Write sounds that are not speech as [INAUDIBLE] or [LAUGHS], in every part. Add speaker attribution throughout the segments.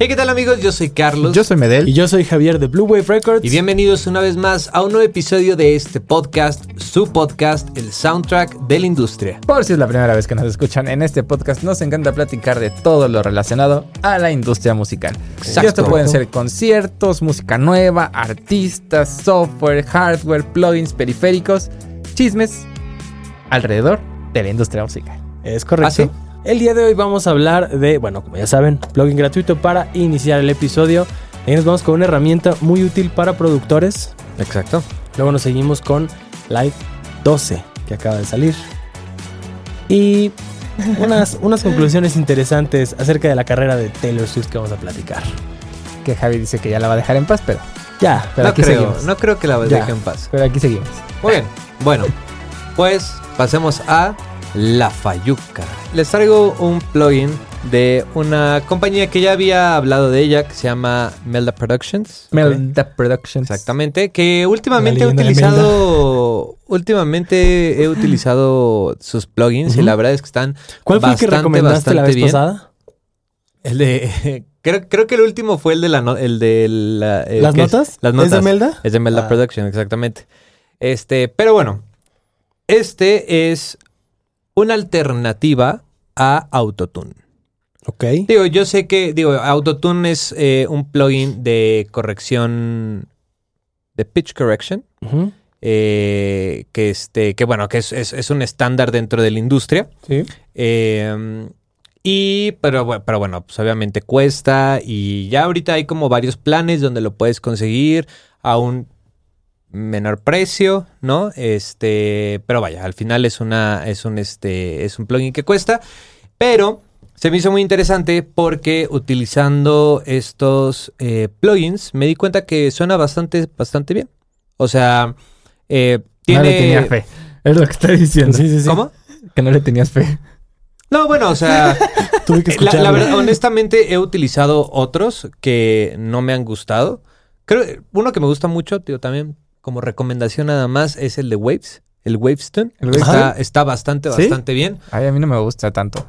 Speaker 1: Hey, ¿qué tal amigos? Yo soy Carlos.
Speaker 2: Yo soy Medel.
Speaker 3: Y yo soy Javier de Blue Wave Records.
Speaker 1: Y bienvenidos una vez más a un nuevo episodio de este podcast, su podcast, el soundtrack de la industria.
Speaker 2: Por si es la primera vez que nos escuchan en este podcast, nos encanta platicar de todo lo relacionado a la industria musical.
Speaker 1: Exacto.
Speaker 2: Y esto pueden ser conciertos, música nueva, artistas, software, hardware, plugins, periféricos, chismes alrededor de la industria musical.
Speaker 3: Es correcto.
Speaker 1: ¿Ah, sí?
Speaker 3: El día de hoy vamos a hablar de, bueno, como ya saben, plugin gratuito para iniciar el episodio. Ahí nos vamos con una herramienta muy útil para productores.
Speaker 1: Exacto.
Speaker 3: Luego nos seguimos con Live 12, que acaba de salir. Y unas, unas conclusiones interesantes acerca de la carrera de Taylor Swift que vamos a platicar.
Speaker 2: Que Javi dice que ya la va a dejar en paz, pero,
Speaker 3: Ya.
Speaker 2: pero
Speaker 1: no
Speaker 2: aquí
Speaker 1: creo,
Speaker 2: seguimos.
Speaker 1: no creo que la
Speaker 2: Ya.
Speaker 1: deje en paz.
Speaker 2: Pero aquí seguimos.
Speaker 1: Muy bien. Bueno, pues pasemos a La Fayuca. Les traigo un plugin de una compañía que ya había hablado de ella, que se llama Melda Productions.
Speaker 2: Melda Productions.
Speaker 1: Exactamente, que últimamente he
Speaker 3: La leyenda de
Speaker 1: utilizado, [LAUGHS] últimamente he utilizado sus plugins y
Speaker 3: Ujú.
Speaker 1: la verdad es que están
Speaker 3: ¿Cuál fue el que
Speaker 1: bastante,
Speaker 3: recomendaste la
Speaker 1: bastante
Speaker 3: vez
Speaker 1: bien.
Speaker 3: pasada?
Speaker 1: El de [LAUGHS] creo, creo que el último fue el de la no- el de la, eh,
Speaker 3: ¿Las
Speaker 1: que es-
Speaker 3: notas?
Speaker 1: las notas.
Speaker 3: ¿Es de Melda?
Speaker 1: Es de Melda
Speaker 3: Ah.
Speaker 1: Production, exactamente. Este, pero bueno, este es una alternativa a Autotune.
Speaker 3: Ok.
Speaker 1: Digo, yo sé que, digo, Autotune es eh, un plugin de corrección, de pitch correction,
Speaker 3: Ujú.
Speaker 1: eh, que este, que bueno, que es, es- es un estándar dentro de la industria.
Speaker 3: Sí.
Speaker 1: Eh, y, pero, bu- pero bueno, pues obviamente cuesta y ya ahorita hay como varios planes donde lo puedes conseguir a un menor precio, ¿no? Este, pero vaya, al final es una, es un, este, es un plugin que cuesta, pero se me hizo muy interesante porque utilizando estos eh, plugins me di cuenta que suena bastante, bastante bien. O sea, eh,
Speaker 2: No
Speaker 1: tiene...
Speaker 2: le tenía fe. Es lo que está diciendo.
Speaker 3: Sí, sí, sí.
Speaker 1: ¿Cómo?
Speaker 2: Que no le tenías fe.
Speaker 1: No, bueno, o sea...
Speaker 3: [LAUGHS] Tuve que
Speaker 1: Eh, la-
Speaker 3: escuchar.
Speaker 1: La, verdad, honestamente, he utilizado otros que no me han gustado. Creo, uno que me gusta mucho, tío, también como recomendación nada más, es el de Waves, el Wavestone.
Speaker 2: El
Speaker 1: Está,
Speaker 2: Wavestone.
Speaker 1: está bastante,
Speaker 3: ¿Sí?
Speaker 1: bastante bien.
Speaker 2: Ay, a mí no me gusta tanto.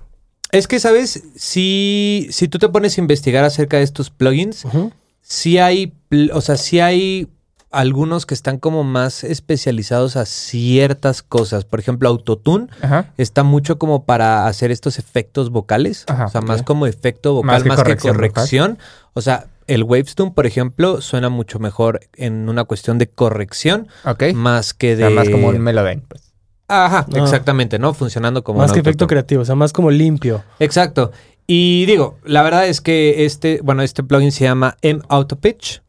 Speaker 1: Es que, ¿sabes? Si, si tú te pones a investigar acerca de estos plugins,
Speaker 3: Ujú.
Speaker 1: sí hay, pl- o sea, sí hay algunos que están como más especializados a ciertas cosas. Por ejemplo, Autotune
Speaker 2: Ajá.
Speaker 1: está mucho como para hacer estos efectos vocales.
Speaker 2: Ajá,
Speaker 1: o sea,
Speaker 2: ok.
Speaker 1: más como efecto vocal, más
Speaker 2: Más
Speaker 1: que
Speaker 2: que
Speaker 1: corrección.
Speaker 2: corrección vocal.
Speaker 1: O sea, el Wavestone, por ejemplo, suena mucho mejor en una cuestión de corrección
Speaker 2: Ok.
Speaker 1: más que
Speaker 2: O
Speaker 1: de.
Speaker 2: sea, más como un Melodyne. Pues.
Speaker 1: Ajá,
Speaker 3: Ah.
Speaker 1: exactamente, ¿no? Funcionando como
Speaker 3: Más
Speaker 1: un
Speaker 3: que efecto
Speaker 1: autotune.
Speaker 3: creativo, o sea, más como limpio.
Speaker 1: Exacto. Y digo, la verdad es que este, bueno, este plugin se llama M Auto Pitch.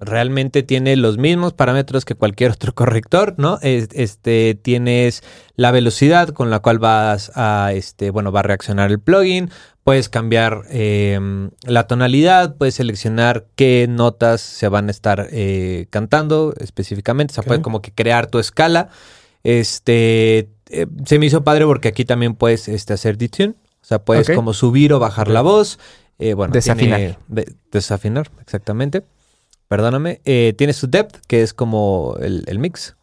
Speaker 1: Realmente tiene los mismos parámetros que cualquier otro [LAUGHS] corrector, ¿no? Es- Este tienes la velocidad con la cual vas a, este, bueno, va a reaccionar el plugin. Puedes cambiar eh, la tonalidad, puedes seleccionar qué notas se van a estar eh, cantando específicamente. O sea,
Speaker 3: Ok.
Speaker 1: puedes como que crear tu escala. Este eh, se me hizo padre porque aquí también puedes este, hacer detune. O sea, puedes
Speaker 2: Ok.
Speaker 1: como subir o bajar la voz. Eh, bueno,
Speaker 2: Desafinar.
Speaker 1: tiene- de- desafinar, exactamente. Perdóname. Eh, tiene su depth, que es como el, el mix.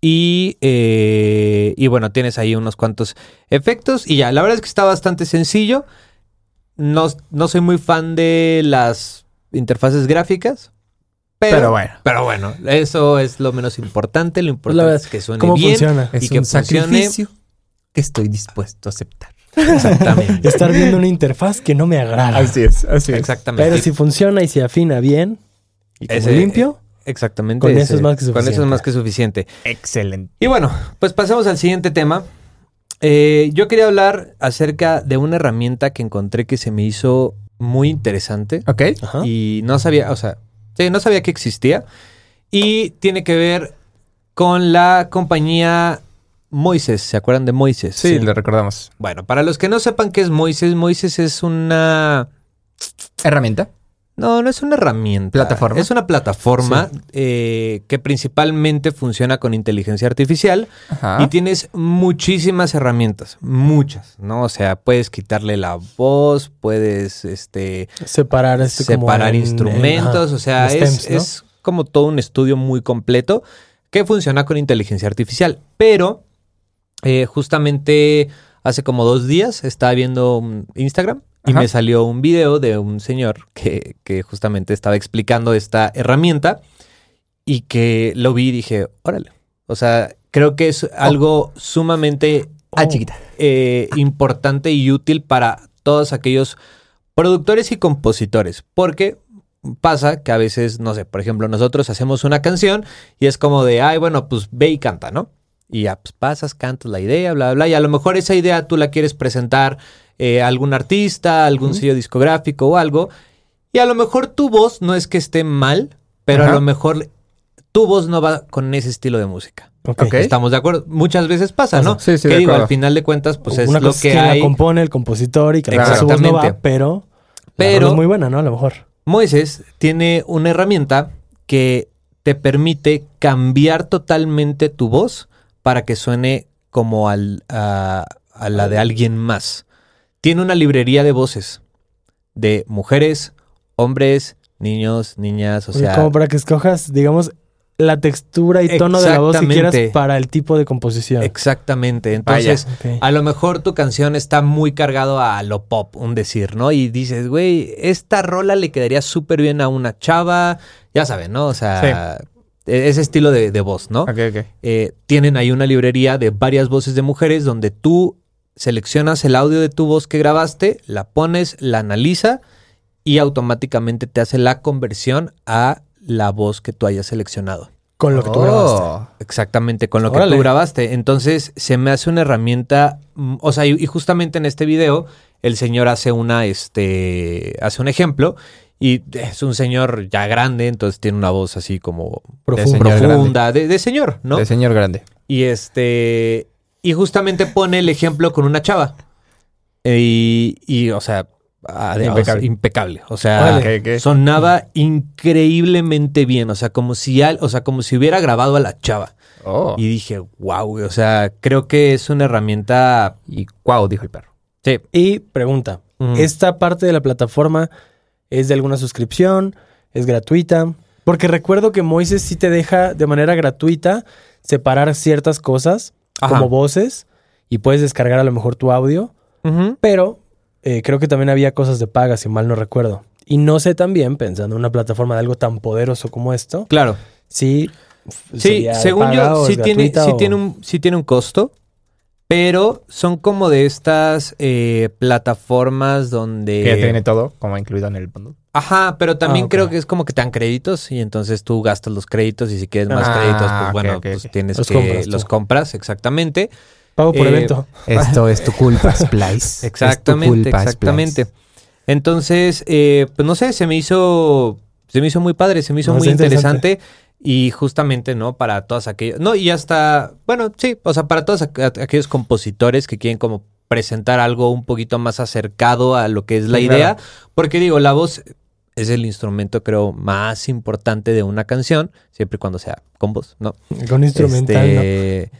Speaker 1: Y, eh, y bueno, tienes ahí unos cuantos efectos. Y ya, la verdad es que está bastante sencillo. No, no soy muy fan de las interfaces gráficas. Pero,
Speaker 2: Pero bueno.
Speaker 1: Pero bueno, eso es lo menos importante. Lo importante
Speaker 3: Pues verdad,
Speaker 1: es que suene
Speaker 3: ¿Cómo
Speaker 1: bien.
Speaker 3: funciona?
Speaker 1: y que funcione.
Speaker 2: que estoy dispuesto a aceptar.
Speaker 3: [LAUGHS]
Speaker 1: Exactamente.
Speaker 3: Estar viendo una interfaz que no me agrada.
Speaker 2: Así es, así es.
Speaker 1: Exactamente.
Speaker 3: Pero si funciona y se afina bien y como
Speaker 1: Mm. Ese-
Speaker 3: limpio,
Speaker 1: Exactamente.
Speaker 3: Con eso es más que
Speaker 1: Con eso es
Speaker 3: suficiente.
Speaker 1: más que suficiente.
Speaker 2: Excelente.
Speaker 1: Y bueno, pues pasemos al siguiente tema. Eh, yo quería hablar acerca de una herramienta que encontré que se me hizo muy interesante
Speaker 2: Ok.
Speaker 3: ajá,
Speaker 1: y no sabía, o sea, sí, no sabía que existía y tiene que ver con la compañía Moises. ¿Se acuerdan de Moises?
Speaker 2: Sí, lo recordamos.
Speaker 1: Bueno, para los que no sepan qué es Moises, Moises es una
Speaker 2: Herramienta.
Speaker 1: No, no es una herramienta.
Speaker 2: ¿Plataforma?
Speaker 1: Es una plataforma eh, que principalmente funciona con inteligencia artificial
Speaker 2: Ajá.
Speaker 1: y tienes muchísimas herramientas, muchas, ¿no? O sea, puedes quitarle la voz, puedes este,
Speaker 3: separar este como
Speaker 1: separar
Speaker 3: en-
Speaker 1: instrumentos,
Speaker 3: en-
Speaker 1: o sea,
Speaker 3: en
Speaker 1: es,
Speaker 3: stems, ¿no?
Speaker 1: es como todo un estudio muy completo que funciona con inteligencia artificial. Pero eh, justamente hace como dos días estaba viendo mm, Instagram Y
Speaker 2: Ajá.
Speaker 1: me salió un video de un señor que, que justamente estaba explicando esta herramienta y que lo vi y dije, órale. O sea, creo que es algo sumamente oh,
Speaker 2: Ah, chiquita.
Speaker 1: eh, importante y útil para todos aquellos productores y compositores. Porque pasa que a veces, no sé, por ejemplo, nosotros hacemos una canción y es como de, ay, bueno, pues ve y canta, ¿no? Y ya, pues pasas, cantas la idea, bla, bla, bla. Y a lo mejor esa idea tú la quieres presentar eh, a algún artista, a algún sello discográfico o algo. Y a lo mejor tu voz no es que esté mal, pero
Speaker 2: Ajá.
Speaker 1: a lo mejor tu voz no va con ese estilo de música.
Speaker 3: Ok.
Speaker 2: Ok.
Speaker 1: Estamos de acuerdo. Muchas veces pasa,
Speaker 2: Pasa.
Speaker 1: ¿no?
Speaker 2: Sí, sí,
Speaker 1: que
Speaker 2: de
Speaker 1: digo,
Speaker 2: acuerdo.
Speaker 1: al final de cuentas, pues es
Speaker 3: Una
Speaker 1: lo
Speaker 3: cosa
Speaker 1: que
Speaker 3: es quien
Speaker 1: hay.
Speaker 3: la compone, el compositor y que a lo mejor su voz no va,
Speaker 1: Exactamente.
Speaker 3: pero, pero
Speaker 1: Pero-
Speaker 3: es muy buena, ¿no? A lo mejor.
Speaker 1: Moisés tiene una herramienta que te permite cambiar totalmente tu voz para que suene como al- a, a la de alguien más. Tiene una librería de voces de mujeres, hombres, niños, niñas, o sea,
Speaker 3: como para que escojas, digamos, la textura y tono de la voz si quieras
Speaker 1: Exactamente.
Speaker 3: para el tipo de composición.
Speaker 1: exactamente.
Speaker 2: Vaya.
Speaker 1: Entonces,
Speaker 3: Ok.
Speaker 1: A lo mejor tu canción está muy cargado a lo pop, un decir, ¿no? Y dices, güey, esta rola le quedaría súper bien a una chava, ya saben, ¿no? O sea, e- ese estilo de, de voz, ¿no?
Speaker 2: Ok, ok.
Speaker 1: Eh, tienen ahí una librería de varias voces de mujeres donde tú seleccionas el audio de tu voz que grabaste, la pones, la analiza y automáticamente te hace la conversión a la voz que tú hayas seleccionado.
Speaker 3: Con lo que tú
Speaker 2: Oh.
Speaker 3: grabaste.
Speaker 1: Exactamente, con lo que
Speaker 3: Órale.
Speaker 1: tú grabaste. Entonces, se me hace una herramienta. mm, O sea, y, y justamente en este video, el señor hace una, este, hace un ejemplo. Y es un señor ya grande, entonces tiene una voz así como
Speaker 2: Profunda.
Speaker 3: Profunda.
Speaker 2: grande.
Speaker 1: profunda, de, de señor, ¿no?
Speaker 2: De señor grande.
Speaker 1: Y este. Y justamente pone el ejemplo con una chava. Y, y, o sea, ah, de- o sea,
Speaker 2: Impecable.
Speaker 1: impecable. O sea,
Speaker 3: Órale.
Speaker 2: Ok, ok.
Speaker 1: sonaba increíblemente bien. O sea, como si al- o sea, como si hubiera grabado a la chava.
Speaker 2: Oh.
Speaker 1: Y dije, wow, o sea, creo que es una herramienta.
Speaker 2: Y wow, dijo el perro.
Speaker 1: Sí.
Speaker 3: Y pregunta,
Speaker 1: Mm.
Speaker 3: ¿esta parte de la plataforma es de alguna suscripción? ¿Es gratuita? Porque recuerdo que Moises sí te deja de manera gratuita separar ciertas cosas
Speaker 1: Ajá.
Speaker 3: como voces y puedes descargar a lo mejor tu audio,
Speaker 1: Ujú.
Speaker 3: pero eh, creo que también había cosas de paga, si mal no recuerdo. Y no sé también, pensando en una plataforma de algo tan poderoso como esto,
Speaker 1: Claro.
Speaker 3: sí.
Speaker 1: Sí, según yo, sí tiene, sí, tiene un, sí tiene un costo, pero son como de estas eh, plataformas donde.
Speaker 2: Que ya tiene todo como incluido en el bundle.
Speaker 1: Ajá, pero también
Speaker 3: Ah, ok.
Speaker 1: creo que es como que te dan créditos y entonces tú gastas los créditos y si quieres más
Speaker 2: Ah,
Speaker 1: créditos, pues
Speaker 2: ok,
Speaker 1: bueno,
Speaker 2: ok,
Speaker 1: pues
Speaker 2: ok.
Speaker 1: tienes
Speaker 3: Los
Speaker 1: que
Speaker 3: compras tú.
Speaker 1: los compras, exactamente.
Speaker 3: Pago por
Speaker 1: eh,
Speaker 3: evento.
Speaker 2: Esto es tu [LAUGHS] culpa, Splice.
Speaker 1: Exactamente, exactamente. Entonces, eh, pues no sé, se me hizo, se me hizo muy padre, se me hizo
Speaker 3: No,
Speaker 1: muy
Speaker 3: está interesante.
Speaker 1: interesante. y justamente, ¿no? Para todas aquellas, no, y hasta, bueno, sí, o sea, para todos aqu- aquellos compositores que quieren como presentar algo un poquito más acercado a lo que es la
Speaker 3: Sí,
Speaker 1: idea, porque digo, la voz es el instrumento creo más importante de una canción, siempre y cuando sea con voz, ¿no?
Speaker 3: Con instrumental, ¿no?
Speaker 1: Este,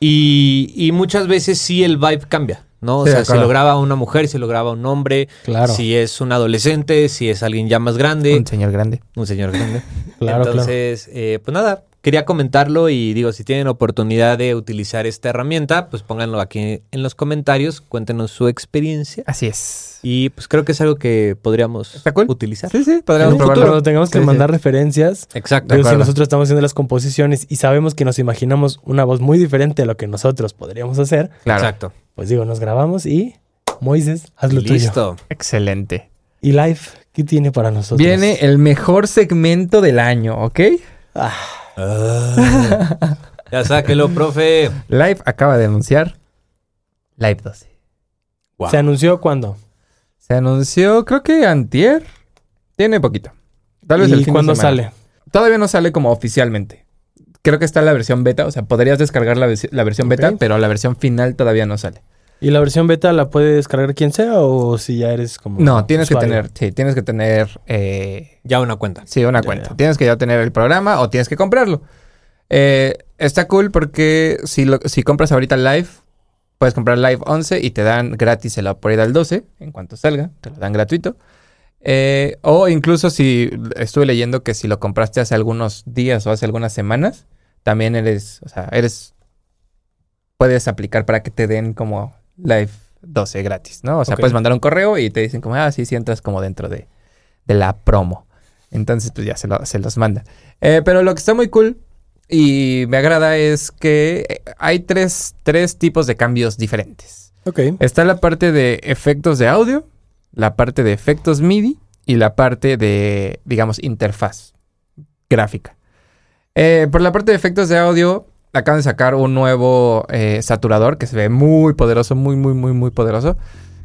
Speaker 1: y, y muchas veces sí el vibe cambia, ¿no? O
Speaker 2: Sí, de
Speaker 1: sea, si
Speaker 2: acuerdo.
Speaker 1: lo graba una mujer, si lo graba un hombre,
Speaker 3: Claro.
Speaker 1: si es un adolescente, si es alguien ya más grande,
Speaker 2: Un señor grande.
Speaker 1: un señor grande.
Speaker 3: Claro,
Speaker 1: Entonces, eh, pues nada, quería comentarlo y digo, si tienen oportunidad de utilizar esta herramienta, pues pónganlo aquí en los comentarios, cuéntenos su experiencia.
Speaker 2: Así es.
Speaker 1: Y pues creo que es algo que podríamos
Speaker 2: Está cool.
Speaker 1: utilizar.
Speaker 2: Sí, sí,
Speaker 3: claro. En
Speaker 2: podríamos
Speaker 3: un futuro,
Speaker 2: probarlo.
Speaker 3: cuando tengamos que
Speaker 2: Sí, sí.
Speaker 3: mandar referencias,
Speaker 1: Exacto.
Speaker 3: digo, si
Speaker 2: acuerdo.
Speaker 3: nosotros estamos haciendo las composiciones y sabemos que nos imaginamos una voz muy diferente a lo que nosotros podríamos hacer,
Speaker 2: Claro.
Speaker 1: Exacto.
Speaker 3: pues digo, nos grabamos y Moises, haz lo tuyo.
Speaker 1: Listo.
Speaker 2: Excelente.
Speaker 3: Y Life, ¿qué tiene para nosotros?
Speaker 2: Viene el mejor segmento del año, ¿ok?
Speaker 1: Ah. ya sáquelo, profe.
Speaker 2: Live acaba de anunciar Live 12.
Speaker 1: Wow.
Speaker 3: ¿Se anunció cuándo?
Speaker 2: Se anunció, creo que antier. Tiene poquito. Tal vez
Speaker 3: ¿Y
Speaker 2: el fin de
Speaker 3: cuándo
Speaker 2: semana.
Speaker 3: sale?
Speaker 2: Todavía no sale como oficialmente. Creo que está la versión beta, o sea, podrías descargar la, vers- la versión beta,
Speaker 3: Ok.
Speaker 2: pero la versión final todavía no sale.
Speaker 3: ¿Y la versión beta la puede descargar quien sea o si ya eres como...
Speaker 2: No, tienes que
Speaker 3: usuario?
Speaker 2: tener, sí, tienes que tener eh,
Speaker 1: Ya una cuenta.
Speaker 2: Sí, una
Speaker 3: Ya,
Speaker 2: cuenta.
Speaker 3: ya.
Speaker 2: Tienes que ya tener el programa o tienes que comprarlo. Eh, está cool porque si, lo- si compras ahorita Live, puedes comprar Live 11 y te dan gratis el upgrade al 12 en cuanto salga. Te lo dan gratuito. Eh, o incluso si estuve leyendo que si lo compraste hace algunos días o hace algunas semanas, también eres, o sea, eres, puedes aplicar para que te den como Live 12 gratis, ¿no? O sea,
Speaker 1: Ok.
Speaker 2: puedes mandar un correo y te dicen como, ah, sí, sí entras como dentro de, de la promo. Entonces, pues ya se, lo- se los manda. Eh, pero lo que está muy cool y me agrada es que eh, hay tres, tres tipos de cambios diferentes.
Speaker 3: Ok.
Speaker 2: Está la parte de efectos de audio, la parte de efectos MIDI y la parte de, digamos, interfaz gráfica. Eh, por la parte de efectos de audio, acaban de sacar un nuevo eh, saturador que se ve muy poderoso, muy, muy, muy, muy poderoso.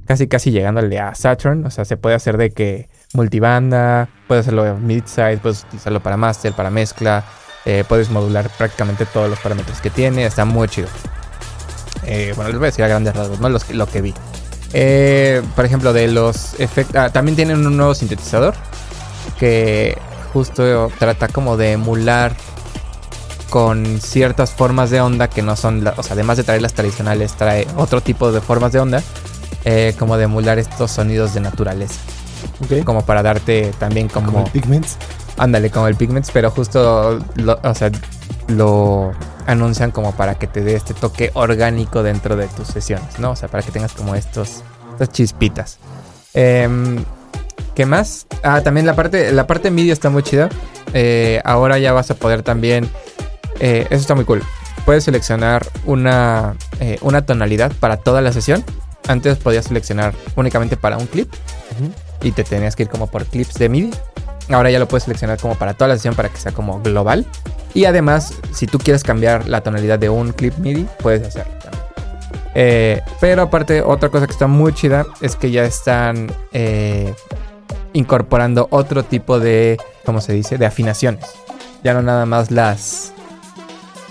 Speaker 2: Casi, casi llegándole a Saturn. O sea, se puede hacer de que multibanda, puedes hacerlo en mid-size, puedes utilizarlo para master, para mezcla. eh, puedes modular prácticamente todos los parámetros que tiene. Está muy chido. Eh, bueno, les voy a decir a grandes rasgos, ¿no? Los que- lo que vi. Eh, por ejemplo, de los efectos. también tienen un nuevo sintetizador que justo trata como de emular con ciertas formas de onda que no son. la- o sea, además de traer las tradicionales, trae otro tipo de formas de onda. eh, como de emular estos sonidos de naturaleza.
Speaker 3: Ok.
Speaker 2: Como para darte también
Speaker 3: Como el Pigments.
Speaker 2: Ándale, como el Pigments, pero justo lo, o sea, lo anuncian como para que te dé este toque orgánico dentro de tus sesiones, ¿no? O sea, para que tengas como estos, estas chispitas. Em, ¿Qué más? Ah, también la parte, la parte MIDI está muy chida. Eh, ahora ya vas a poder también. eh, eso está muy cool. Puedes seleccionar una, eh, una tonalidad para toda la sesión. Antes podías seleccionar únicamente para un clip y te tenías que ir como por clips de MIDI. Ahora ya lo puedes seleccionar como para toda la sesión para que sea como global. Y además, si tú quieres cambiar la tonalidad de un clip MIDI, puedes hacerlo también. Eh, pero aparte, otra cosa que está muy chida es que ya están eh, incorporando otro tipo de, ¿cómo se dice?, de afinaciones. Ya no nada más las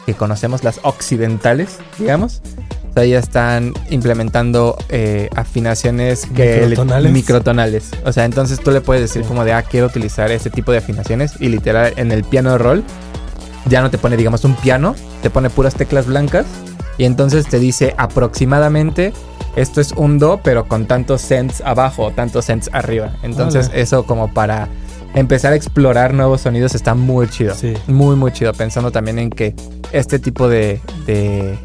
Speaker 2: que conocemos, las occidentales, digamos. O sea, ya están implementando eh, afinaciones que le-
Speaker 3: Microtonales.
Speaker 2: microtonales. O sea, entonces tú le puedes decir
Speaker 3: Sí.
Speaker 2: como de, ah, quiero utilizar este tipo de afinaciones y literal en el piano de rol ya no te pone, digamos, un piano, te pone puras teclas blancas y entonces te dice aproximadamente esto es un do, pero con tantos cents abajo o tantos cents arriba. Entonces,
Speaker 3: Órale.
Speaker 2: eso como para empezar a explorar nuevos sonidos está muy chido.
Speaker 3: Sí.
Speaker 2: Muy, muy chido. Pensando también en que este tipo de, de,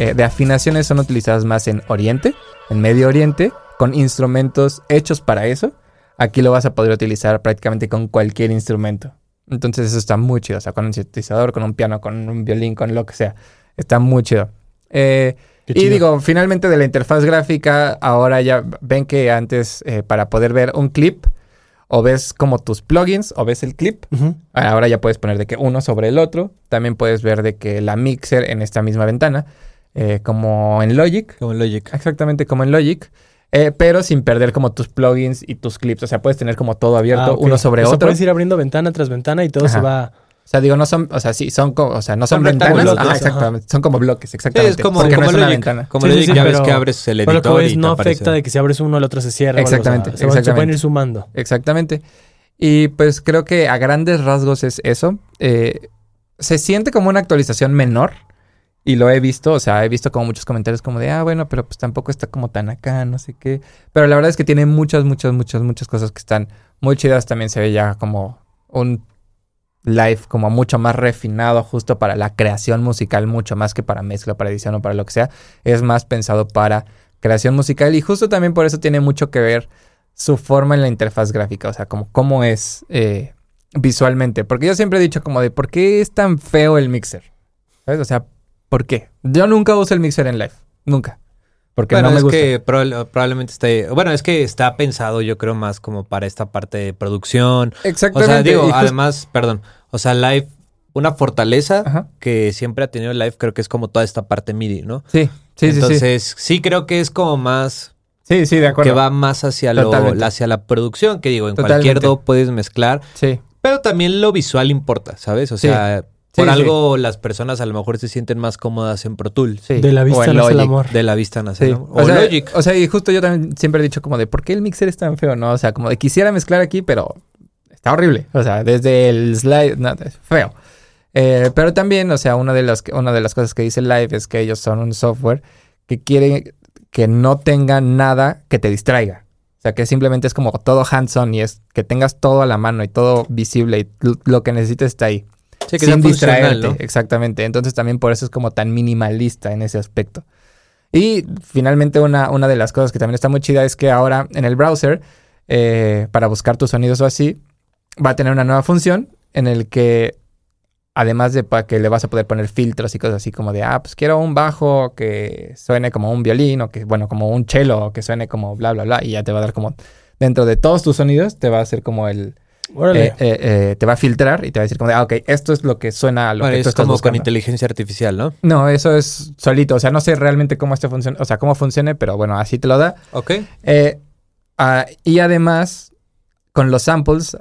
Speaker 2: eh, de afinaciones son utilizadas más en Oriente, en Medio Oriente, con instrumentos hechos para eso. Aquí lo vas a poder utilizar prácticamente con cualquier instrumento. Entonces eso está muy chido. O sea, con un sintetizador, con un piano, con un violín, con lo que sea. Está muy chido. Eh,
Speaker 3: Qué
Speaker 2: y
Speaker 3: chido.
Speaker 2: digo, finalmente de la interfaz gráfica, ahora ya ven que antes eh, para poder ver un clip, o ves como tus plugins, o ves el clip, ah,
Speaker 3: Ujú.
Speaker 2: Ahora ya puedes poner de que uno sobre el otro. También puedes ver de que la mixer en esta misma ventana, eh, como en Logic,
Speaker 1: Como Logic.
Speaker 2: exactamente como en Logic, eh, pero sin perder como tus plugins y tus clips. O sea, puedes tener como todo abierto
Speaker 3: Ah, ok.
Speaker 2: uno sobre
Speaker 3: O sea,
Speaker 2: otro.
Speaker 3: Puedes ir abriendo ventana tras ventana y todo
Speaker 2: Ajá.
Speaker 3: se va.
Speaker 2: O sea, digo, no son, o sea, sí, son, co- o sea, no son,
Speaker 1: Son
Speaker 2: ventanas.
Speaker 1: rectángulos.
Speaker 2: Ajá,
Speaker 3: Ajá.
Speaker 2: exactamente. Son como bloques,
Speaker 1: Sí,
Speaker 2: exactamente.
Speaker 1: es como,
Speaker 2: porque
Speaker 1: como
Speaker 2: no es una
Speaker 1: Logic.
Speaker 2: ventana.
Speaker 1: Como
Speaker 3: Sí, sí,
Speaker 1: Logic,
Speaker 3: sí,
Speaker 1: ya
Speaker 3: pero-
Speaker 1: ves que abres el
Speaker 3: Pero
Speaker 1: editor
Speaker 3: lo que ves
Speaker 1: y te
Speaker 3: no
Speaker 1: aparece.
Speaker 3: afecta de que si abres uno, el otro se cierra. o algo, o sea,
Speaker 2: Exactamente,
Speaker 3: se van- Se pueden
Speaker 2: exactamente.
Speaker 3: ir sumando.
Speaker 2: Exactamente. Y pues creo que a grandes rasgos es eso. Eh, se siente como una actualización menor. Y lo he visto, o sea, he visto como muchos comentarios como de, ah, bueno, pero pues tampoco está como tan acá, no sé qué. Pero la verdad es que tiene muchas, muchas, muchas, muchas cosas que están muy chidas. También se ve ya como un live como mucho más refinado justo para la creación musical, mucho más que para mezcla, para edición o para lo que sea. Es más pensado para creación musical y justo también por eso tiene mucho que ver su forma en la interfaz gráfica, o sea, como cómo es eh, visualmente. Porque yo siempre he dicho como de, ¿por qué es tan feo el mixer? ¿Sabes? O sea, ¿por qué? Yo nunca uso el mixer en live, nunca. Porque
Speaker 1: bueno,
Speaker 2: no me
Speaker 1: es
Speaker 2: gusta.
Speaker 1: que proba- probablemente esté. Bueno, es que está pensado, yo creo, más como para esta parte de producción. O
Speaker 2: Exactamente.
Speaker 1: sea, digo,
Speaker 2: y justo-
Speaker 1: además, perdón. O sea, Live, una fortaleza
Speaker 2: Ajá.
Speaker 1: que siempre ha tenido Live, creo que es como toda esta parte MIDI, ¿no?
Speaker 2: Sí, sí, sí, sí.
Speaker 1: Entonces, sí. creo que es como más.
Speaker 2: Sí, sí, de acuerdo.
Speaker 1: Que va más hacia, lo,
Speaker 2: Totalmente.
Speaker 1: hacia la producción, que digo, en
Speaker 2: Totalmente.
Speaker 1: cualquier do puedes mezclar.
Speaker 2: Sí,
Speaker 1: Pero también lo visual importa, ¿sabes? O
Speaker 2: Sí.
Speaker 1: sea,
Speaker 2: Sí,
Speaker 1: por
Speaker 2: sí.
Speaker 1: algo las personas a lo mejor se sienten más cómodas en Pro Tools.
Speaker 2: sí.
Speaker 3: De la
Speaker 2: O
Speaker 3: vista
Speaker 2: en
Speaker 3: nace el
Speaker 2: Logic.
Speaker 3: amor.
Speaker 1: De la vista nace
Speaker 2: Sí.
Speaker 1: el amor. O,
Speaker 2: sea,
Speaker 1: Logic.
Speaker 2: o sea, y justo yo también siempre he dicho como de por qué el mixer es tan feo, ¿no? O sea, como de quisiera mezclar aquí, pero está horrible. O sea, desde el slide, no, es feo. Eh, pero también, o sea, una de, las, una de las cosas que dice Live es que ellos son un software que quiere que no tenga nada que te distraiga. O sea, que simplemente es como todo hands-on y es que tengas todo a la mano y todo visible y lo- lo que necesites está ahí
Speaker 1: Sí, que sea
Speaker 2: sin
Speaker 1: funcional,
Speaker 2: distraerte.
Speaker 1: ¿no?
Speaker 2: Exactamente. Entonces también por eso es como tan minimalista en ese aspecto. Y finalmente una, una de las cosas que también está muy chida es que ahora en el browser, eh, para buscar tus sonidos o así, va a tener una nueva función en el que, además de para que le vas a poder poner filtros y cosas así como de, ah, pues quiero un bajo que suene como un violín o que, bueno, como un cello o que suene como bla, bla, bla, y ya te va a dar como, dentro de todos tus sonidos, te va a hacer como el...
Speaker 3: Órale.
Speaker 2: eh, eh, eh, te va a filtrar y te va a decir como de, ah, ok, esto es lo que suena a lo
Speaker 1: Bueno,
Speaker 2: que tú
Speaker 1: es
Speaker 2: estás
Speaker 1: como con
Speaker 2: buscando.
Speaker 1: inteligencia artificial, ¿no?
Speaker 2: No, eso es solito. O sea, no sé realmente cómo este funciona, o sea, cómo funcione, pero bueno, así te lo da.
Speaker 1: Ok.
Speaker 2: Eh, ah, y además, con los samples,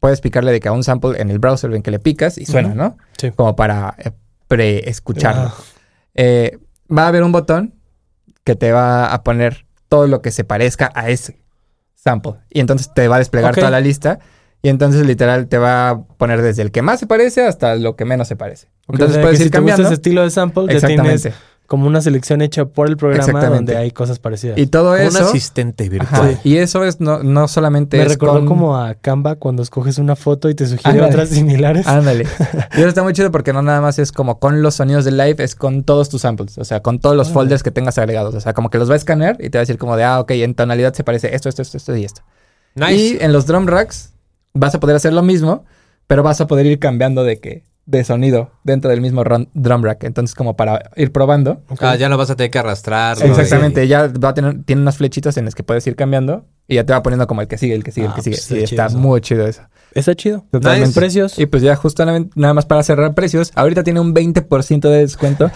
Speaker 2: puedes picarle de que a un sample en el browser en que le picas y suena,
Speaker 3: Ujú.
Speaker 2: ¿no?
Speaker 3: Sí.
Speaker 2: Como para eh, pre-escucharlo.
Speaker 3: Ah.
Speaker 2: Eh, va a haber un botón que te va a poner todo lo que se parezca a ese sample. Y entonces te va a desplegar
Speaker 3: Ok.
Speaker 2: toda la lista. Y entonces literal te va a poner desde el que más se parece hasta lo que menos se parece.
Speaker 3: Ok,
Speaker 2: entonces
Speaker 3: o sea,
Speaker 2: puedes
Speaker 3: que
Speaker 2: ir
Speaker 3: si te gusta
Speaker 2: cambiando.
Speaker 3: ese estilo de sample, ya tienes
Speaker 2: Exactamente.
Speaker 3: como una selección hecha por el programa
Speaker 2: Exactamente.
Speaker 3: donde hay cosas parecidas.
Speaker 2: Y todo
Speaker 1: Un
Speaker 2: eso.
Speaker 1: asistente
Speaker 2: Ajá,
Speaker 1: virtual.
Speaker 2: Y eso es no, no solamente
Speaker 3: Me
Speaker 2: es
Speaker 3: recordó
Speaker 2: con-
Speaker 3: como a Canva cuando escoges una foto y te sugiere
Speaker 2: Ándale. Ah,
Speaker 3: otras
Speaker 2: [LAUGHS]
Speaker 3: similares.
Speaker 2: Ándale. Y eso está muy chido porque no nada más es como con los sonidos de live, es con todos tus samples, o sea, con todos los
Speaker 3: Órale.
Speaker 2: folders que tengas agregados. O sea, como que los va a escanear y te va a decir como de, ah, ok, en tonalidad se parece esto, esto, esto, esto y esto.
Speaker 1: Nice.
Speaker 2: Y en los drum racks vas a poder hacer lo mismo, pero vas a poder ir cambiando de que de sonido dentro del mismo ron- drum rack. Entonces, como para ir probando.
Speaker 3: Ok.
Speaker 1: Ah, ya no vas a tener que eh, arrastrar.
Speaker 2: Exactamente, ya va a tener, tiene unas flechitas en las que puedes ir cambiando y ya te va poniendo como el que sigue, el que sigue,
Speaker 3: Ah,
Speaker 2: el que sigue.
Speaker 3: pues está
Speaker 2: y está
Speaker 3: chido eso.
Speaker 2: muy chido eso.
Speaker 3: Está chido.
Speaker 2: Totalmente.
Speaker 3: Nice. Precios.
Speaker 2: Y pues ya justamente, nada más para cerrar precios, ahorita tiene un 20% de descuento.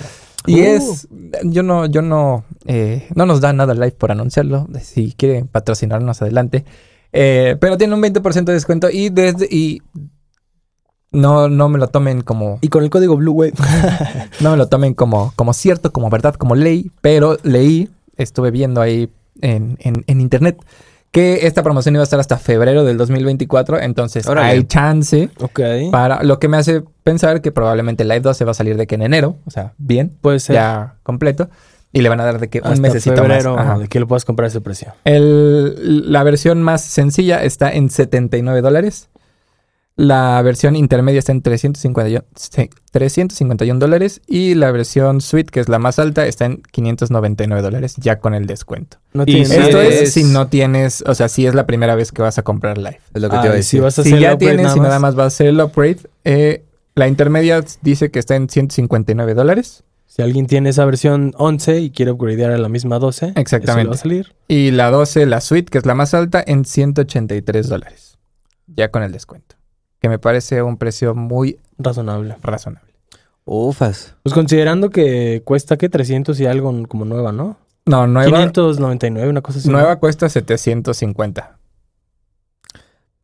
Speaker 2: Y
Speaker 3: Uh.
Speaker 2: es, yo no, yo no, eh, no nos da nada live por anunciarlo. Si quieren patrocinarnos adelante. Eh, pero tiene un 20% de descuento y desde, y no, no me lo tomen como,
Speaker 3: Y con el código Blue Wave.
Speaker 2: no me lo tomen como, como cierto, como verdad, como ley, pero leí, estuve viendo ahí en, en, en internet que esta promoción iba a estar hasta febrero del 2024, entonces
Speaker 1: Órale.
Speaker 2: hay chance
Speaker 3: [LAUGHS] ok.
Speaker 2: para lo que me hace pensar que probablemente Live 2 se va a salir de que en enero, o sea, bien,
Speaker 3: Puede ser.
Speaker 2: ya completo, y le van a dar de que un
Speaker 3: Hasta
Speaker 2: mesecito
Speaker 3: febrero,
Speaker 2: más. Ajá.
Speaker 3: de que lo puedas comprar a ese precio.
Speaker 2: El- la versión más sencilla está en 79 dólares. La versión intermedia está en 351, se- 351 dólares. Y la versión suite, que es la más alta, está en 599 dólares, ya con el descuento.
Speaker 3: No
Speaker 1: Y
Speaker 3: tiene
Speaker 1: si
Speaker 3: nada.
Speaker 2: Esto
Speaker 1: eres-
Speaker 2: es si no tienes, o sea, si es la primera vez que vas a comprar Live.
Speaker 1: Es lo que
Speaker 3: Ah,
Speaker 1: te iba a
Speaker 3: y Si
Speaker 1: decir.
Speaker 3: vas a hacer
Speaker 2: Si ya
Speaker 3: el upgrade
Speaker 2: tienes y nada más va a ser el upgrade, eh, la intermedia dice que está en 159 dólares
Speaker 3: Si alguien tiene esa versión 11 y quiere upgradear a la misma 12,
Speaker 2: Exactamente.
Speaker 3: eso le va a salir.
Speaker 2: y la 12, la suite, que es la más alta, en 183 dólares. Ya con el descuento. Que me parece un precio muy
Speaker 3: Razonable.
Speaker 2: razonable.
Speaker 1: Ufas.
Speaker 3: Pues considerando que cuesta que 300 y algo como nueva, ¿no?
Speaker 2: No, nueva,
Speaker 3: 599, una cosa así. ¿no?
Speaker 2: nueva cuesta 750.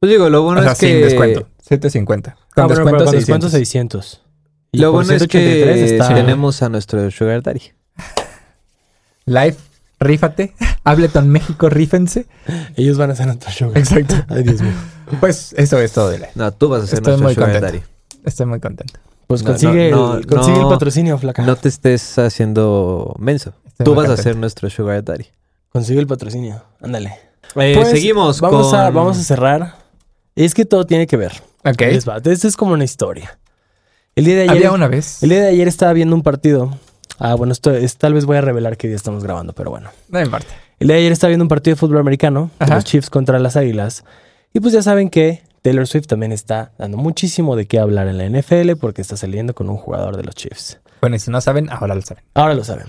Speaker 1: Pues digo, lo
Speaker 2: O
Speaker 1: bueno
Speaker 2: sea,
Speaker 1: es que.
Speaker 2: sin descuento. 750. Con
Speaker 3: Ah, bueno,
Speaker 2: descuento
Speaker 3: pero con
Speaker 2: 600.
Speaker 3: descuento 600. Y
Speaker 1: Lo
Speaker 3: por
Speaker 1: bueno es
Speaker 3: 183
Speaker 1: que
Speaker 3: está-
Speaker 1: tenemos a nuestro Sugar Daddy.
Speaker 2: Live, rífate. [LAUGHS] Ableton México, rífense.
Speaker 3: [LAUGHS] Ellos van a hacer otro show.
Speaker 2: Exacto.
Speaker 3: Ay, Dios mío.
Speaker 2: Pues eso es todo de Live.
Speaker 1: No, tú vas a ser
Speaker 2: Estoy
Speaker 1: nuestro
Speaker 2: muy
Speaker 1: Sugar
Speaker 2: contento.
Speaker 1: Daddy.
Speaker 2: Estoy muy contento.
Speaker 3: Pues
Speaker 1: No,
Speaker 3: consigue,
Speaker 1: no,
Speaker 3: el,
Speaker 1: no,
Speaker 3: consigue
Speaker 1: no.
Speaker 3: el patrocinio, flaca.
Speaker 1: No te estés haciendo menso.
Speaker 2: Estoy
Speaker 1: tú
Speaker 2: muy
Speaker 1: vas a
Speaker 2: contento.
Speaker 1: ser nuestro Sugar Daddy.
Speaker 3: Consigue el patrocinio. Ándale.
Speaker 1: Eh,
Speaker 3: Pues,
Speaker 1: seguimos
Speaker 3: vamos
Speaker 1: con...
Speaker 3: a Vamos a cerrar. Es que todo tiene que ver.
Speaker 2: Ok.
Speaker 3: Les va. Esta es como una historia. El día de ayer.
Speaker 2: Había una vez.
Speaker 3: El día de ayer estaba viendo un partido. Ah, bueno, esto es- tal vez voy a revelar qué día estamos grabando, pero bueno.
Speaker 2: No importa.
Speaker 3: El día de ayer estaba viendo un partido de fútbol americano, de
Speaker 2: Ajá.
Speaker 3: los Chiefs contra las Águilas. Y pues ya saben que Taylor Swift también está dando muchísimo de qué hablar en la NFL porque está saliendo con un jugador de los Chiefs.
Speaker 2: Bueno, y si no saben, ahora lo saben.
Speaker 3: Ahora lo saben.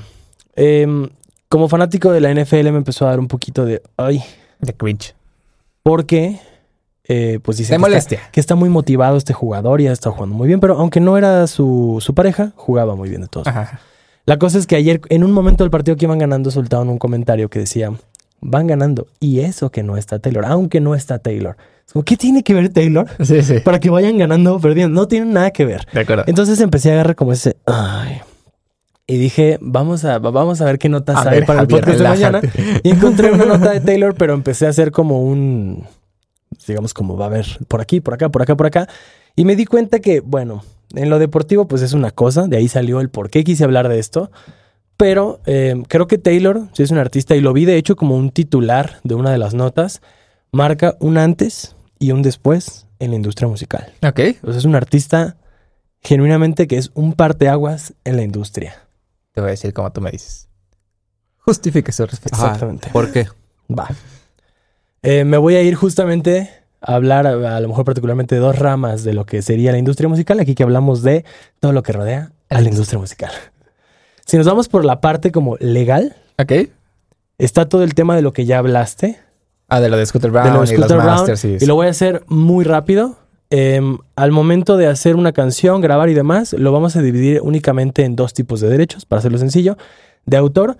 Speaker 3: Em, como fanático de la NFL me empezó a dar un poquito de... Ay,
Speaker 2: De cringe.
Speaker 3: porque... eh, pues dicen
Speaker 2: De
Speaker 3: que está-
Speaker 2: molestia.
Speaker 3: que está muy motivado este jugador y ha estado jugando muy bien, pero aunque no era su, su pareja, jugaba muy bien de todos.
Speaker 2: Ajá.
Speaker 3: La cosa es que ayer, en un momento del partido que iban ganando, soltaron un comentario que decía, van ganando, y eso que no está Taylor, aunque no está Taylor. Es como, ¿Qué tiene que ver Taylor [LAUGHS]
Speaker 2: Sí, sí.
Speaker 3: para que vayan ganando o perdiendo? No tiene nada que ver.
Speaker 2: De acuerdo.
Speaker 3: Entonces empecé a agarrar como ese, ay. Y dije, vamos a, va- vamos a ver qué notas
Speaker 2: A
Speaker 3: hay
Speaker 2: ver,
Speaker 3: para
Speaker 2: Javier,
Speaker 3: el podcast de mañana.
Speaker 2: relájate.
Speaker 3: Y encontré una nota de Taylor, pero empecé a hacer como un, digamos, como va a haber por aquí, por acá, por acá, por acá. Y me di cuenta que, bueno, en lo deportivo, pues es una cosa, de ahí salió el por qué quise hablar de esto. Pero eh, creo que Taylor, si es un artista, y lo vi de hecho como un titular de una de las notas, marca un antes y un después en la industria musical.
Speaker 2: Ok.
Speaker 3: O sea, es un artista genuinamente que es un parteaguas en la industria.
Speaker 2: Te voy a decir como tú me dices. Justifique su respuesta.
Speaker 1: Ajá,
Speaker 3: Exactamente.
Speaker 1: ¿Por qué?
Speaker 3: Va. Eh, me voy a ir justamente a hablar, a, a lo mejor particularmente, de dos ramas de lo que sería la industria musical. Aquí que hablamos de todo lo que rodea a la industria musical. Si nos vamos por la parte como legal,
Speaker 2: Ok.
Speaker 3: está todo el tema de lo que ya hablaste,
Speaker 2: Ah, de lo de Scooter Brown
Speaker 3: de los
Speaker 2: y los
Speaker 3: Scooter Brown,
Speaker 2: Masters. Y,
Speaker 3: y lo voy a hacer muy rápido. Em, al momento de hacer una canción, grabar y demás, lo vamos a dividir únicamente en dos tipos de derechos, para hacerlo sencillo, de autor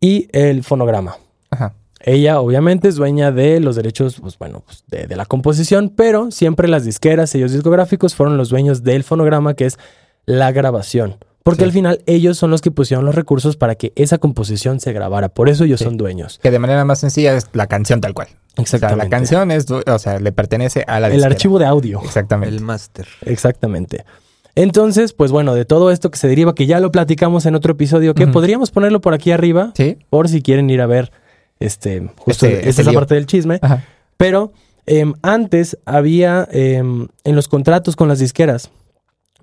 Speaker 3: y el fonograma.
Speaker 2: Ajá.
Speaker 3: Ella obviamente es dueña de los derechos, pues bueno, pues, de, de la composición, pero siempre las disqueras, sellos discográficos fueron los dueños del fonograma, que es la grabación. Porque
Speaker 2: Sí.
Speaker 3: al final ellos son los que pusieron los recursos para que esa composición se grabara. Por eso ellos
Speaker 2: Sí.
Speaker 3: son dueños.
Speaker 2: Que de manera más sencilla es la canción tal cual. O sea, la canción es, du- o sea, le pertenece a la
Speaker 3: El
Speaker 2: disquera.
Speaker 3: archivo de audio.
Speaker 2: Exactamente.
Speaker 1: El máster.
Speaker 3: Exactamente. Entonces, pues bueno, de todo esto que se deriva, que ya lo platicamos en otro episodio, que
Speaker 2: Ujú.
Speaker 3: podríamos ponerlo por aquí arriba,
Speaker 2: Sí.
Speaker 3: por si quieren ir a ver este, justo
Speaker 2: Este-
Speaker 3: esta
Speaker 2: este
Speaker 3: es la
Speaker 2: lío.
Speaker 3: parte del chisme.
Speaker 2: Ajá.
Speaker 3: Pero em, antes había em, en los contratos con las disqueras,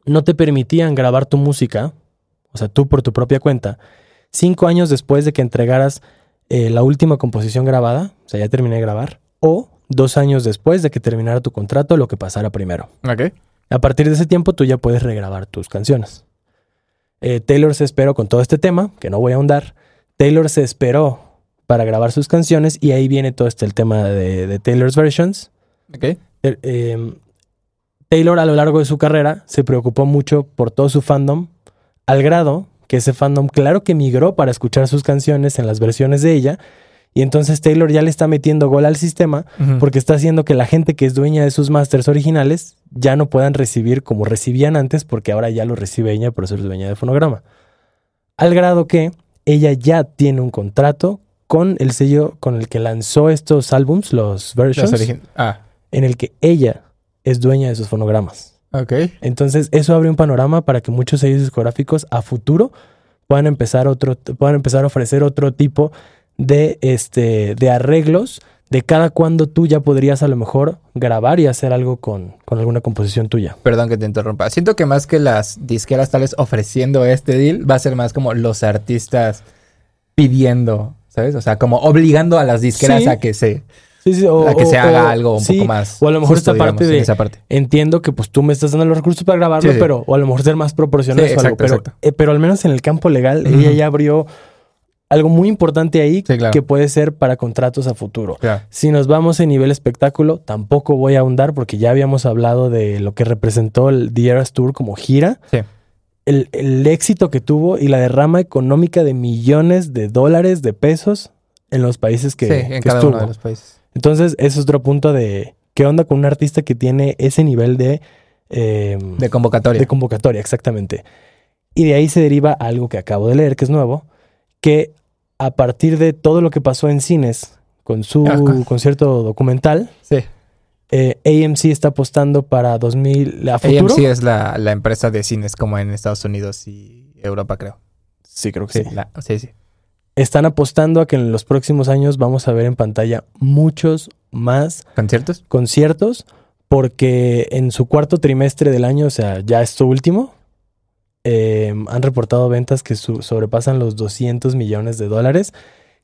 Speaker 3: no te permitían grabar tu música, o sea, tú por tu propia cuenta, cinco años después de que entregaras eh, la última composición grabada, o sea, ya terminé de grabar, o dos años después de que terminara tu contrato, lo que pasara primero.
Speaker 2: Ok.
Speaker 3: A partir de ese tiempo tú ya puedes regrabar tus canciones. Eh, Taylor se esperó con todo este tema, que no voy a ahondar. Taylor se esperó para grabar sus canciones y ahí viene todo este el tema de, de Taylor's Versions.
Speaker 2: Ok.
Speaker 3: Eh, eh, Taylor a lo largo de su carrera se preocupó mucho por todo su fandom, al grado que ese fandom claro que migró para escuchar sus canciones en las versiones de ella. Y entonces Taylor ya le está metiendo gol al sistema
Speaker 2: Ujú.
Speaker 3: porque está haciendo que la gente que es dueña de sus masters originales ya no puedan recibir como recibían antes, porque ahora ya lo recibe ella por ser dueña de fonograma. Al grado que ella ya tiene un contrato con el sello con el que lanzó estos álbums,
Speaker 2: Los
Speaker 3: los versions,
Speaker 2: origi- Ah,
Speaker 3: en el que ella es dueña de sus fonogramas.
Speaker 2: ok.
Speaker 3: Entonces, eso abre un panorama para que muchos sellos discográficos a futuro puedan empezar otro, puedan empezar a ofrecer otro tipo de este de arreglos de cada cuando tú ya podrías a lo mejor grabar y hacer algo con, con alguna composición tuya.
Speaker 2: Perdón que te interrumpa. Siento que más que las disqueras tales ofreciendo este deal, va a ser más como los artistas pidiendo, ¿sabes? O sea, como obligando a las disqueras
Speaker 3: Sí.
Speaker 2: a que se,
Speaker 3: Sí, sí, o-
Speaker 2: a Ah, que se
Speaker 3: o-
Speaker 2: haga
Speaker 3: o-
Speaker 2: algo un
Speaker 3: sí,
Speaker 2: poco más.
Speaker 3: O a lo mejor
Speaker 2: justo,
Speaker 3: esta parte
Speaker 2: digamos, en
Speaker 3: de
Speaker 2: esa parte.
Speaker 3: entiendo que pues tú me estás dando los recursos para grabarlo,
Speaker 2: Sí, sí.
Speaker 3: pero o a lo mejor ser más proporcional.
Speaker 2: Sí,
Speaker 3: o algo,
Speaker 2: exacto,
Speaker 3: pero,
Speaker 2: exacto.
Speaker 3: eh, pero al menos en el campo legal,
Speaker 2: Ujú.
Speaker 3: ella ya abrió algo muy importante ahí
Speaker 2: Sí, claro.
Speaker 3: que puede ser para contratos a futuro.
Speaker 2: Claro.
Speaker 3: Si nos vamos en nivel espectáculo, tampoco voy a ahondar porque ya habíamos hablado de lo que representó el The Eras Tour como gira.
Speaker 2: Sí.
Speaker 3: El, el éxito que tuvo y la derrama económica de millones de dólares, de pesos, en los países que,
Speaker 2: sí, en
Speaker 3: que
Speaker 2: cada
Speaker 3: estuvo.
Speaker 2: uno de los países.
Speaker 3: Entonces, ese es otro punto de qué onda con un artista que tiene ese nivel de, eh,
Speaker 2: De convocatoria.
Speaker 3: de convocatoria, exactamente. Y de ahí se deriva algo que acabo de leer, que es nuevo, que a partir de todo lo que pasó en cines con su
Speaker 2: Ah, con-
Speaker 3: concierto documental,
Speaker 2: sí.
Speaker 3: eh, AMC está apostando para 2000 a futuro.
Speaker 2: AMC es la, la empresa de cines como en Estados Unidos y Europa, creo.
Speaker 3: Sí, creo que
Speaker 2: Sí,
Speaker 3: sí.
Speaker 2: la- sí, sí.
Speaker 3: Están apostando a que en los próximos años vamos a ver en pantalla muchos más
Speaker 2: ¿Conciertos?
Speaker 3: conciertos porque en su cuarto trimestre del año, o sea, ya es su último, eh, han reportado ventas que su- sobrepasan los 200 millones de dólares,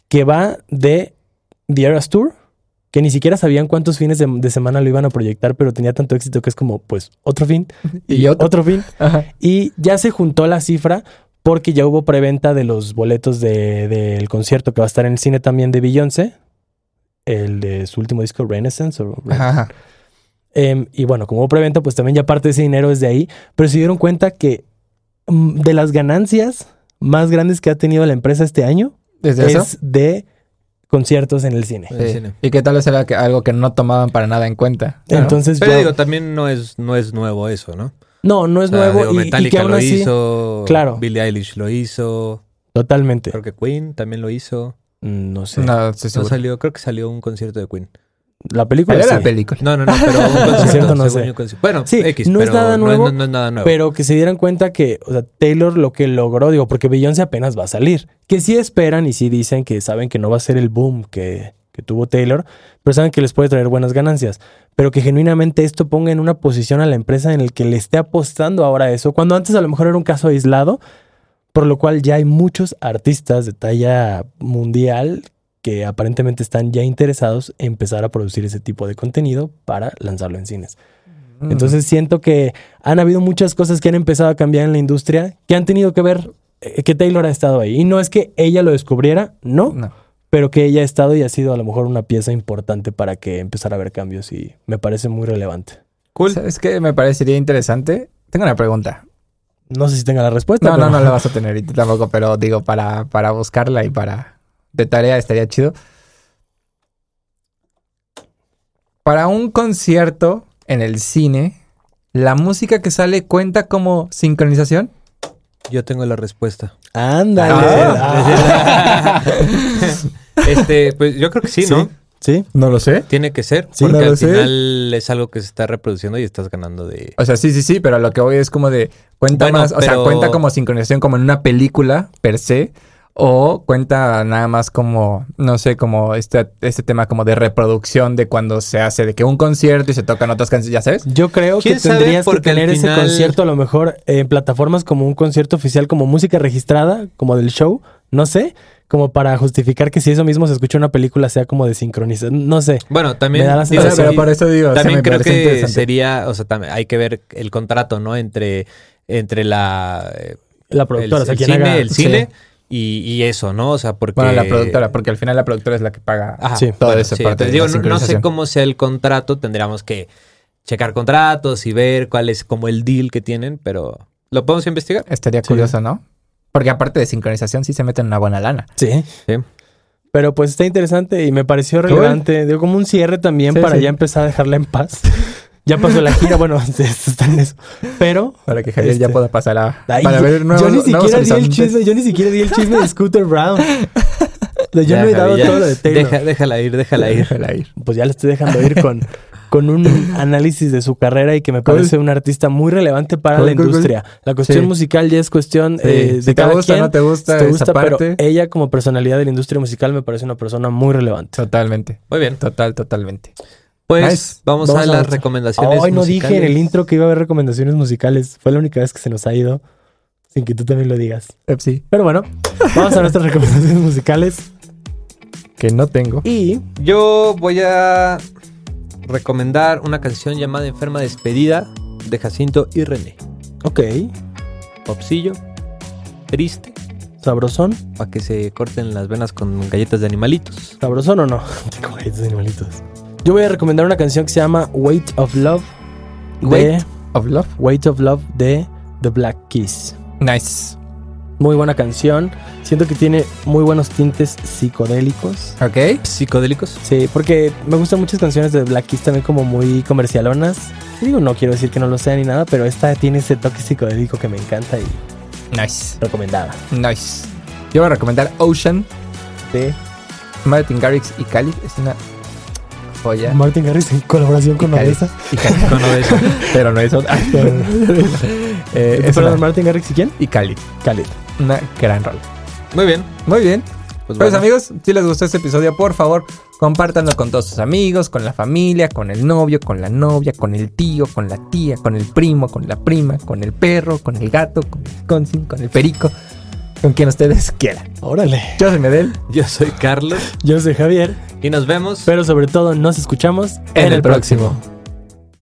Speaker 3: que va de The Eras Tour, que ni siquiera sabían cuántos fines de, de semana lo iban a proyectar, pero tenía tanto éxito que es como, pues, otro fin
Speaker 2: Y otro.
Speaker 3: otro fin.
Speaker 2: Ajá.
Speaker 3: Y ya se juntó la cifra porque ya hubo preventa de los boletos de- del concierto que va a estar en el cine también de Beyoncé, el de su último disco Renaissance. o Ren-
Speaker 2: Ajá, ajá.
Speaker 3: Em, y bueno, como hubo preventa, pues también ya parte de ese dinero es de ahí. Pero se dieron cuenta que mm, de las ganancias más grandes que ha tenido la empresa este año
Speaker 2: ¿Desde eso?
Speaker 3: es de conciertos en el cine.
Speaker 1: Sí.
Speaker 2: Sí. Y que tal vez era que- algo que no tomaban para nada en cuenta. ¿no?
Speaker 3: Entonces,
Speaker 1: Pero
Speaker 3: yo-
Speaker 1: digo, también no es, no es nuevo eso, ¿no?
Speaker 3: no, no es
Speaker 1: O sea,
Speaker 3: nuevo
Speaker 1: Ah, digo,
Speaker 3: y- y, que
Speaker 1: Metallica
Speaker 3: aún
Speaker 1: lo
Speaker 3: así,
Speaker 1: hizo.
Speaker 3: claro.
Speaker 1: Billie Eilish lo hizo.
Speaker 3: totalmente,
Speaker 1: Creo que Queen también lo hizo.
Speaker 3: Mm, no sé,
Speaker 2: No, estoy
Speaker 1: No
Speaker 2: seguro.
Speaker 1: salió, creo que salió un concierto de Queen.
Speaker 3: la película
Speaker 2: Pero
Speaker 3: sí.
Speaker 2: era la película.
Speaker 1: No, no, no,
Speaker 3: [LAUGHS]
Speaker 1: pero un concierto,
Speaker 3: Concierto no
Speaker 1: según
Speaker 3: sé.
Speaker 1: yo, conci- Bueno,
Speaker 3: Sí,
Speaker 1: X,
Speaker 3: no es
Speaker 1: pero
Speaker 3: nada
Speaker 1: no es-
Speaker 3: nuevo,
Speaker 1: no, es nada nuevo.
Speaker 3: Pero que se dieran cuenta que, o sea, Taylor lo que logró, digo, porque Beyoncé apenas va a salir. Que sí esperan y sí dicen que saben que no va a ser el boom que, que tuvo Taylor, pero saben que les puede traer buenas ganancias. Pero que genuinamente esto ponga en una posición a la empresa en el que le esté apostando ahora a eso, cuando antes a lo mejor era un caso aislado. por lo cual ya hay muchos artistas de talla mundial que aparentemente están ya interesados en empezar a producir ese tipo de contenido para lanzarlo en cines.
Speaker 2: Mm.
Speaker 3: Entonces siento que han habido muchas cosas que han empezado a cambiar en la industria que han tenido que ver eh, que Taylor ha estado ahí. Y no es que ella lo descubriera, no,
Speaker 2: No.
Speaker 3: pero que ella ha estado y ha sido a lo mejor una pieza importante para que empezara a haber cambios y me parece muy relevante.
Speaker 1: Cool.
Speaker 2: ¿Sabes qué me parecería interesante? Tengo una pregunta.
Speaker 3: No sé si tenga la respuesta.
Speaker 2: No, no,
Speaker 3: pero-
Speaker 2: no la vas a tener ahorita tampoco, pero digo, para, para buscarla y para... De tarea estaría chido. Para un concierto en el cine, ¿la música que sale cuenta como sincronización?
Speaker 1: Yo tengo la respuesta.
Speaker 3: [LAUGHS] Ándale.
Speaker 1: Ah. [LAUGHS] Este, pues yo creo que sí, ¿no?
Speaker 3: Sí. Sí.
Speaker 2: No lo sé.
Speaker 1: Tiene que ser.
Speaker 3: Sí,
Speaker 1: porque
Speaker 2: no lo
Speaker 1: al
Speaker 2: sé.
Speaker 1: final es algo que se está reproduciendo y estás ganando de.
Speaker 2: O sea, sí, sí, sí, pero lo que voy es como de... Cuenta
Speaker 1: Bueno,
Speaker 2: más, o
Speaker 1: pero-
Speaker 2: sea, cuenta como sincronización como en una película per se, o cuenta nada más como, no sé, como este, este tema como de reproducción de cuando se hace, de que un concierto y se tocan otras canciones, ya sabes.
Speaker 3: Yo creo que
Speaker 1: ¿Quién sabe?
Speaker 3: tendrías que
Speaker 1: Porque al
Speaker 3: tener
Speaker 1: final-
Speaker 3: ese concierto a lo mejor en plataformas como un concierto oficial, como música registrada, como del show, no sé, como para justificar que si eso mismo se escucha en una película sea como de sincronizar, no sé.
Speaker 1: Bueno, también.
Speaker 3: Me da la
Speaker 2: O
Speaker 1: digo,
Speaker 2: sea,
Speaker 3: sensación.
Speaker 2: pero
Speaker 1: sí,
Speaker 2: por eso digo, o sea,
Speaker 1: También
Speaker 2: me
Speaker 1: creo
Speaker 2: parece
Speaker 1: que
Speaker 2: interesante.
Speaker 1: sería, o sea, también hay que ver el contrato, ¿no? Entre, entre la eh,
Speaker 3: La
Speaker 1: el,
Speaker 3: productora, o sea,
Speaker 1: el
Speaker 3: quien
Speaker 1: cine,
Speaker 3: haga-
Speaker 1: el cine y, y eso, ¿no? O sea, porque
Speaker 2: Bueno, la productora, porque al final la productora es la que paga
Speaker 1: Ajá,
Speaker 3: Sí.
Speaker 2: todo
Speaker 1: bueno,
Speaker 2: eso.
Speaker 1: sí,
Speaker 2: parte
Speaker 1: entonces
Speaker 2: de
Speaker 1: digo, no-
Speaker 2: la
Speaker 1: no, sé
Speaker 2: sincronización.
Speaker 1: cómo sea el contrato, tendríamos que checar contratos y ver cuál es como el deal que tienen, pero lo podemos investigar.
Speaker 2: Estaría
Speaker 3: Sí.
Speaker 2: curioso, ¿no? Porque aparte de sincronización sí se meten una buena lana.
Speaker 3: Sí.
Speaker 1: Sí.
Speaker 3: Pero pues está interesante y me pareció
Speaker 2: Cool.
Speaker 3: relevante. Digo, como un cierre también
Speaker 2: Sí,
Speaker 3: para
Speaker 2: sí.
Speaker 3: ya empezar a dejarla en paz. [LAUGHS] ya pasó la gira, bueno, [LAUGHS] está en eso. Pero
Speaker 2: Para que Javier ya
Speaker 3: Este.
Speaker 2: pueda pasar a...
Speaker 3: Ay,
Speaker 2: para ver nuevos,
Speaker 3: yo ni
Speaker 2: nuevos
Speaker 3: siquiera di el
Speaker 2: horizontes. [LAUGHS]
Speaker 3: chisme, yo ni siquiera di el chisme de Scooter Brown. O sea, Yo
Speaker 1: Ya,
Speaker 3: no
Speaker 1: Javi,
Speaker 3: he dado
Speaker 1: ya. [LAUGHS]
Speaker 3: todo lo de Taylor.
Speaker 1: Deja- déjala ir, déjala ir.
Speaker 2: Déjala ir.
Speaker 3: Pues ya le estoy dejando
Speaker 2: [LAUGHS]
Speaker 3: ir con, con un análisis de su carrera y que me
Speaker 2: Cool.
Speaker 3: parece un artista muy relevante para
Speaker 2: Cool,
Speaker 3: la
Speaker 2: cool, cool.
Speaker 3: industria. La cuestión
Speaker 2: Sí.
Speaker 3: musical ya es cuestión
Speaker 2: Sí,
Speaker 3: eh, de
Speaker 2: si te
Speaker 3: cada
Speaker 2: gusta,
Speaker 3: quien.
Speaker 2: no te gusta
Speaker 3: Si te
Speaker 2: esa
Speaker 3: gusta, pero
Speaker 2: parte.
Speaker 3: ella como personalidad de la industria musical me parece una persona muy relevante.
Speaker 2: Totalmente.
Speaker 1: Muy bien.
Speaker 2: Total, totalmente.
Speaker 1: Pues
Speaker 2: Nice.
Speaker 1: vamos,
Speaker 3: Vamos
Speaker 1: a,
Speaker 3: a
Speaker 1: las
Speaker 3: otra.
Speaker 1: recomendaciones.
Speaker 3: Hoy no
Speaker 1: musicales.
Speaker 3: dije en el intro que iba a haber recomendaciones musicales. Fue la única vez que se nos ha ido sin que tú también lo digas.
Speaker 2: Pepsi,
Speaker 3: Pero bueno, vamos a nuestras [LAUGHS] recomendaciones musicales.
Speaker 2: que no tengo.
Speaker 3: Y
Speaker 1: Yo voy a recomendar una canción llamada Enferma Despedida de Jacinto y René.
Speaker 3: Ok,
Speaker 1: Popsillo, triste,
Speaker 3: sabrosón.
Speaker 1: para que se corten las venas con galletas de animalitos.
Speaker 3: ¿Sabrosón o no? [LAUGHS] Tengo galletas de animalitos. Yo voy a recomendar una canción que se llama Weight of Love. De,
Speaker 2: Weight. Of Love.
Speaker 3: Weight of Love de The Black Keys.
Speaker 2: Nice.
Speaker 3: Muy buena canción. Siento que tiene muy buenos tintes psicodélicos.
Speaker 2: Ok.
Speaker 1: Psicodélicos.
Speaker 3: Sí, porque me gustan muchas canciones de Black Keys también como muy comercialonas. Y digo, no quiero decir que no lo sea ni nada, pero esta tiene ese toque psicodélico que me encanta y
Speaker 2: Nice.
Speaker 3: recomendada.
Speaker 2: Nice. Yo voy a recomendar Ocean,
Speaker 3: De
Speaker 2: Martin Garrix y Cali. Es una joya.
Speaker 3: Martin Harris en colaboración con
Speaker 2: Cali.
Speaker 3: [LAUGHS] Odessa.
Speaker 2: Y Cali.
Speaker 1: Con obeso.
Speaker 2: [LAUGHS] Pero no es otra. Eh, es
Speaker 3: Perdón,
Speaker 2: una-
Speaker 3: Martin Garrix y quién?
Speaker 2: y Cali.
Speaker 3: Khaled.
Speaker 2: Una gran rol.
Speaker 1: Muy bien.
Speaker 2: Muy bien.
Speaker 1: Pues,
Speaker 2: Pues,
Speaker 1: bueno.
Speaker 2: amigos, si les gustó este episodio, por favor, compártanlo con todos sus amigos, con la familia, con el novio, con la novia, con el tío, con la tía, con el primo, con la prima, con el perro, con el gato, con el consin, con el perico, con quien ustedes quieran.
Speaker 3: Órale.
Speaker 2: Yo soy Medel.
Speaker 1: Yo soy Carlos
Speaker 3: Yo soy Javier.
Speaker 1: y nos vemos.
Speaker 3: Pero sobre todo nos escuchamos
Speaker 2: En el próximo.